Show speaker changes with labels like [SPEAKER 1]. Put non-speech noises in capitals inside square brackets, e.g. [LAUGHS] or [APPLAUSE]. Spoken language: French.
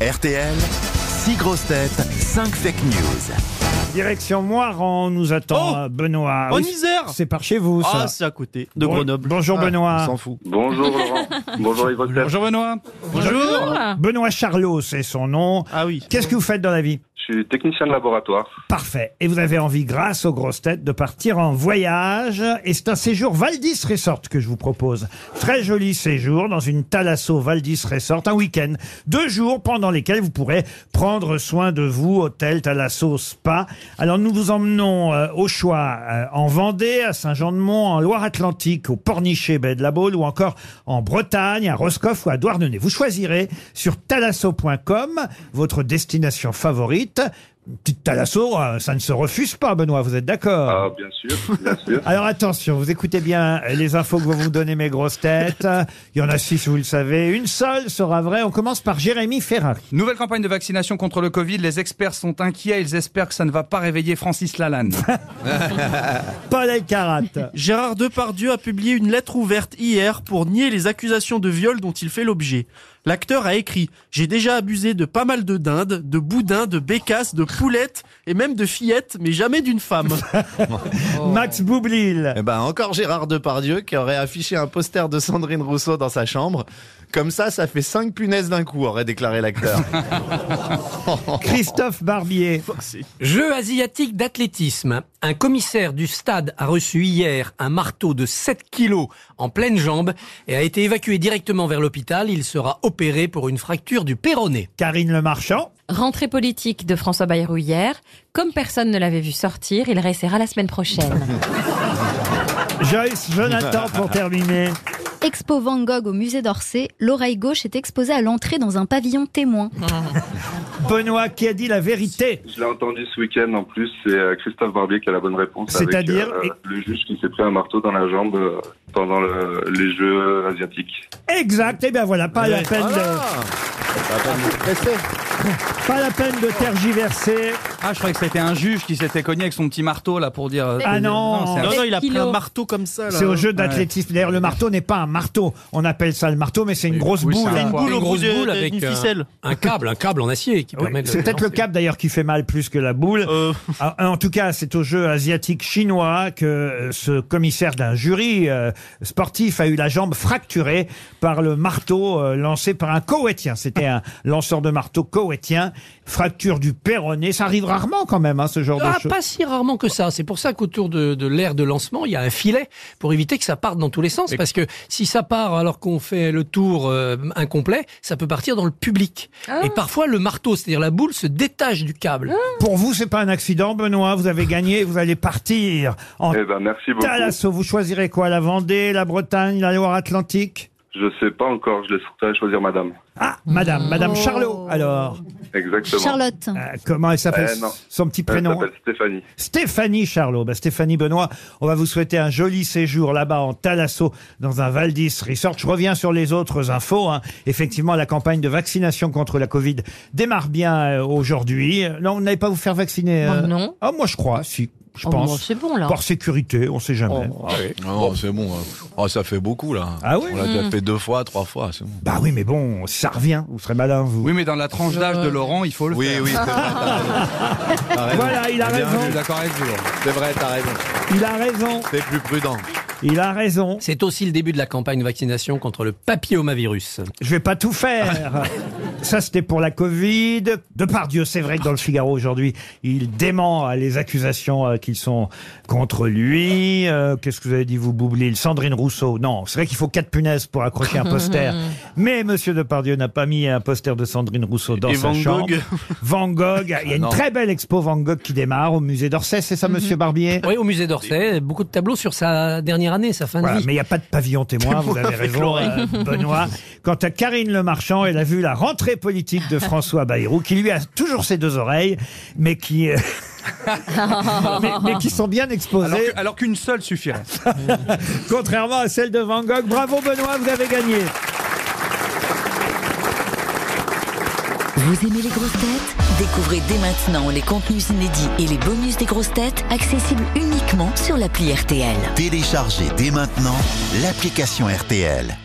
[SPEAKER 1] RTL, 6 grosses têtes, 5 fake news.
[SPEAKER 2] Ah,
[SPEAKER 3] Direction Moiran, nous attend euh, Benoît.
[SPEAKER 4] En
[SPEAKER 3] Oui,
[SPEAKER 4] Isère
[SPEAKER 3] C'est par chez vous, ça.
[SPEAKER 4] Oh Ah, c'est à côté de
[SPEAKER 3] Bon-
[SPEAKER 4] Grenoble.
[SPEAKER 3] Bonjour
[SPEAKER 4] Ah,
[SPEAKER 3] Benoît.
[SPEAKER 4] On s'en fout.
[SPEAKER 5] Bonjour Laurent. Bonjour Yves Roquefort.
[SPEAKER 4] Bonjour Benoît. Bonjour.
[SPEAKER 3] Benoît Charlot, c'est son nom.
[SPEAKER 4] Ah oui.
[SPEAKER 3] Qu'est-ce que vous faites dans la vie
[SPEAKER 5] Je suis technicien de laboratoire.
[SPEAKER 3] Parfait. Et vous avez envie, grâce aux grosses têtes, de partir en voyage. Et c'est un séjour Valdis Resort que je vous propose. Très joli séjour dans une Thalasso Valdis Resort, un week-end. Deux jours pendant lesquels vous pourrez prendre soin de vous, hôtel Thalasso Spa. Alors nous vous emmenons euh, au choix euh, en Vendée, à Saint-Jean-de-Mont, en Loire-Atlantique, au Pornichet, baie de la Baule, ou encore en Bretagne, à Roscoff ou à Douarnenez. Vous choisirez sur thalasso.com votre destination favorite. Une petite thalasso, euh, ça ne se refuse pas, Benoît, vous êtes d'accord
[SPEAKER 5] Ah, bien sûr, bien sûr.
[SPEAKER 3] Alors attention, vous écoutez bien les infos que vont vous donner mes grosses têtes. Il y en a six, vous le savez. Une seule sera vraie. On commence par Jérémy Ferrari.
[SPEAKER 6] Nouvelle campagne de vaccination contre le Covid. Les experts sont inquiets. Ils espèrent que ça ne va pas réveiller Francis [LAUGHS] Lalanne.
[SPEAKER 3] Paul Elkarat.
[SPEAKER 4] Gérard Depardieu a publié une lettre ouverte hier pour nier les accusations de viol dont il fait l'objet. L'acteur a écrit « J'ai déjà abusé de pas mal de dindes, de boudins, de bécasses, de poulettes et même de fillettes, mais jamais d'une femme.
[SPEAKER 3] Max Boublil.
[SPEAKER 7] [LAUGHS] Eh ben encore Gérard Depardieu qui aurait affiché un poster de Sandrine Rousseau dans sa chambre. Comme ça, ça fait cinq punaises d'un coup, aurait déclaré
[SPEAKER 4] [LAUGHS]
[SPEAKER 7] l'acteur.
[SPEAKER 3] Christophe Barbier. »
[SPEAKER 8] Jeu asiatique d'athlétisme. Un commissaire du stade a reçu hier un marteau de 7 kilos en pleine jambe et a été évacué directement vers l'hôpital. Il sera opéré pour une fracture du péroné.
[SPEAKER 3] Karine Le Marchand.
[SPEAKER 9] Rentrée politique de François Bayrou hier. Comme personne ne l'avait vu sortir, il restera la semaine prochaine.
[SPEAKER 3] Joyce Jonathan pour terminer.
[SPEAKER 10] Expo Van Gogh au musée d'Orsay, l'oreille gauche est exposée à l'entrée dans un pavillon témoin.
[SPEAKER 3] Benoît qui a dit la vérité.
[SPEAKER 5] Je l'ai entendu ce week-end en plus. C'est euh, Christophe Barbier qui a la bonne réponse. avec,
[SPEAKER 3] C'est-à-dire
[SPEAKER 5] euh, Le juge qui s'est pris un marteau dans la jambe euh, pendant le- les Jeux euh, asiatiques.
[SPEAKER 3] Exact. Et Eh bien voilà, pas la peine de, pas la peine de tergiverser.
[SPEAKER 6] Ah, je croyais que c'était un juge qui s'était cogné avec son petit marteau là pour dire. euh,
[SPEAKER 3] Ah non.
[SPEAKER 6] c'est un-
[SPEAKER 4] Non, non, il a pris
[SPEAKER 9] Kilo.
[SPEAKER 4] un marteau comme ça. là.
[SPEAKER 3] C'est au jeu d'athlétisme. D'ailleurs, le marteau n'est pas un marteau. On appelle ça le marteau, mais c'est une grosse
[SPEAKER 6] oui,
[SPEAKER 3] boule.
[SPEAKER 6] c'est un
[SPEAKER 3] hein.
[SPEAKER 6] poids.
[SPEAKER 4] boule au
[SPEAKER 8] Une grosse
[SPEAKER 4] bout de-
[SPEAKER 8] boule
[SPEAKER 4] de-
[SPEAKER 8] avec
[SPEAKER 4] d'une
[SPEAKER 8] un-
[SPEAKER 4] ficelle.
[SPEAKER 8] Un câble, un câble en acier qui
[SPEAKER 3] Ah Oui,
[SPEAKER 8] permet de...
[SPEAKER 3] C'est peut-être le câble d'ailleurs qui fait mal plus que la boule.
[SPEAKER 4] Euh.
[SPEAKER 3] Ah, En tout cas, c'est au jeu asiatique chinois que euh, ce commissaire d'un jury euh, sportif a eu la jambe fracturée par le marteau euh, lancé par un Koweïtien. C'était un lanceur de marteau Koweïtien. Fracture du péroné. Ça arrive rarement quand même, hein, ce genre
[SPEAKER 8] Ah,
[SPEAKER 3] de choses.
[SPEAKER 8] pas si rarement que ça. C'est pour ça qu'autour de, de l'aire de lancement, il y a un filet pour éviter que ça parte dans tous les sens. Parce que si ça part alors qu'on fait le tour euh, incomplet, ça peut partir dans le public. Et parfois, le marteau, c'est-à-dire la boule, se détache du câble.
[SPEAKER 3] Pour vous, c'est pas un accident, Benoît. Vous avez gagné. Vous allez partir en
[SPEAKER 5] Eh ben, merci beaucoup.
[SPEAKER 3] Talasso. Vous choisirez quoi La Vendée, la Bretagne, la Loire-Atlantique
[SPEAKER 5] Je sais pas encore. Je laisserai choisir madame.
[SPEAKER 3] Ah, madame,
[SPEAKER 9] Oh.
[SPEAKER 3] madame Charlot, alors.
[SPEAKER 5] Exactement.
[SPEAKER 10] Charlotte,
[SPEAKER 3] Euh, comment elle s'appelle
[SPEAKER 5] Euh, non.
[SPEAKER 3] Son petit
[SPEAKER 5] Elle
[SPEAKER 3] prénom
[SPEAKER 5] s'appelle Stéphanie.
[SPEAKER 3] Stéphanie Charlot. Bah, Stéphanie Benoît, on va vous souhaiter un joli séjour là-bas en Talasso, dans un Valdis Resort. Je reviens sur les autres infos. hein. Effectivement, la campagne de vaccination contre la Covid démarre bien euh, aujourd'hui. Euh, Non, vous n'allez pas vous faire vacciner
[SPEAKER 9] Oh, non.
[SPEAKER 3] Ah, moi, je crois, si, je
[SPEAKER 9] Oh, bon,
[SPEAKER 3] pense.
[SPEAKER 9] c'est bon là.
[SPEAKER 3] Par sécurité, on sait jamais.
[SPEAKER 9] Oh,
[SPEAKER 2] Non, c'est bon. hein. Oh, ça fait beaucoup là.
[SPEAKER 3] Ah oui
[SPEAKER 2] On l'a déjà fait deux fois, trois fois, c'est bon.
[SPEAKER 3] Bah oui, mais bon, si ça revient. Vous serez malin, vous.
[SPEAKER 6] Oui, mais dans la tranche d'âge de Laurent, il faut le
[SPEAKER 2] Oui,
[SPEAKER 6] faire.
[SPEAKER 2] oui, c'est vrai. t'as raison.
[SPEAKER 3] Voilà, il a
[SPEAKER 2] Bien
[SPEAKER 3] raison.
[SPEAKER 6] Je suis
[SPEAKER 2] vu.
[SPEAKER 6] d'accord avec vous. Laurent.
[SPEAKER 2] C'est vrai, t'as raison.
[SPEAKER 3] Il a raison.
[SPEAKER 2] T'es plus prudent.
[SPEAKER 3] Il a raison.
[SPEAKER 8] C'est aussi le début de la campagne de vaccination contre le papillomavirus.
[SPEAKER 3] Je vais pas tout faire. Ça, c'était pour la Covid. De par Dieu, c'est vrai que dans le Figaro aujourd'hui, il dément euh, les accusations euh, qu'ils sont contre lui. Euh, Qu'est-ce que vous avez dit, vous, Boublil Sandrine Rousseau. Non, c'est vrai qu'il faut quatre punaises pour accrocher un poster. Mais Monsieur Depardieu n'a pas mis un poster de Sandrine Rousseau dans
[SPEAKER 4] Et
[SPEAKER 3] sa
[SPEAKER 4] Van
[SPEAKER 3] chambre.
[SPEAKER 4] Gogh.
[SPEAKER 3] Van Gogh. Il y a une
[SPEAKER 2] non.
[SPEAKER 3] très belle expo Van Gogh qui démarre au musée d'Orsay, c'est ça, Monsieur Barbier
[SPEAKER 8] Oui, au musée d'Orsay, beaucoup de tableaux sur sa dernière année, sa fin de
[SPEAKER 3] Voilà,
[SPEAKER 8] vie.
[SPEAKER 3] mais il n'y a pas de pavillon témoin, vous avez raison, euh, Benoît. Quant à Karine Le Marchand, elle a vu la rentrée politique de François Bayrou, qui lui a toujours ses deux oreilles, mais qui, euh, [LAUGHS] mais, mais qui sont bien
[SPEAKER 6] Alors
[SPEAKER 3] exposées,
[SPEAKER 6] que- Alors qu'une seule suffirait.
[SPEAKER 3] contrairement à celle de Van Gogh. Bravo Benoît, vous avez gagné.
[SPEAKER 11] Vous aimez les grosses têtes Découvrez dès maintenant les contenus inédits et les bonus des grosses têtes accessibles uniquement sur l'appli RTL.
[SPEAKER 1] Téléchargez dès maintenant l'application RTL.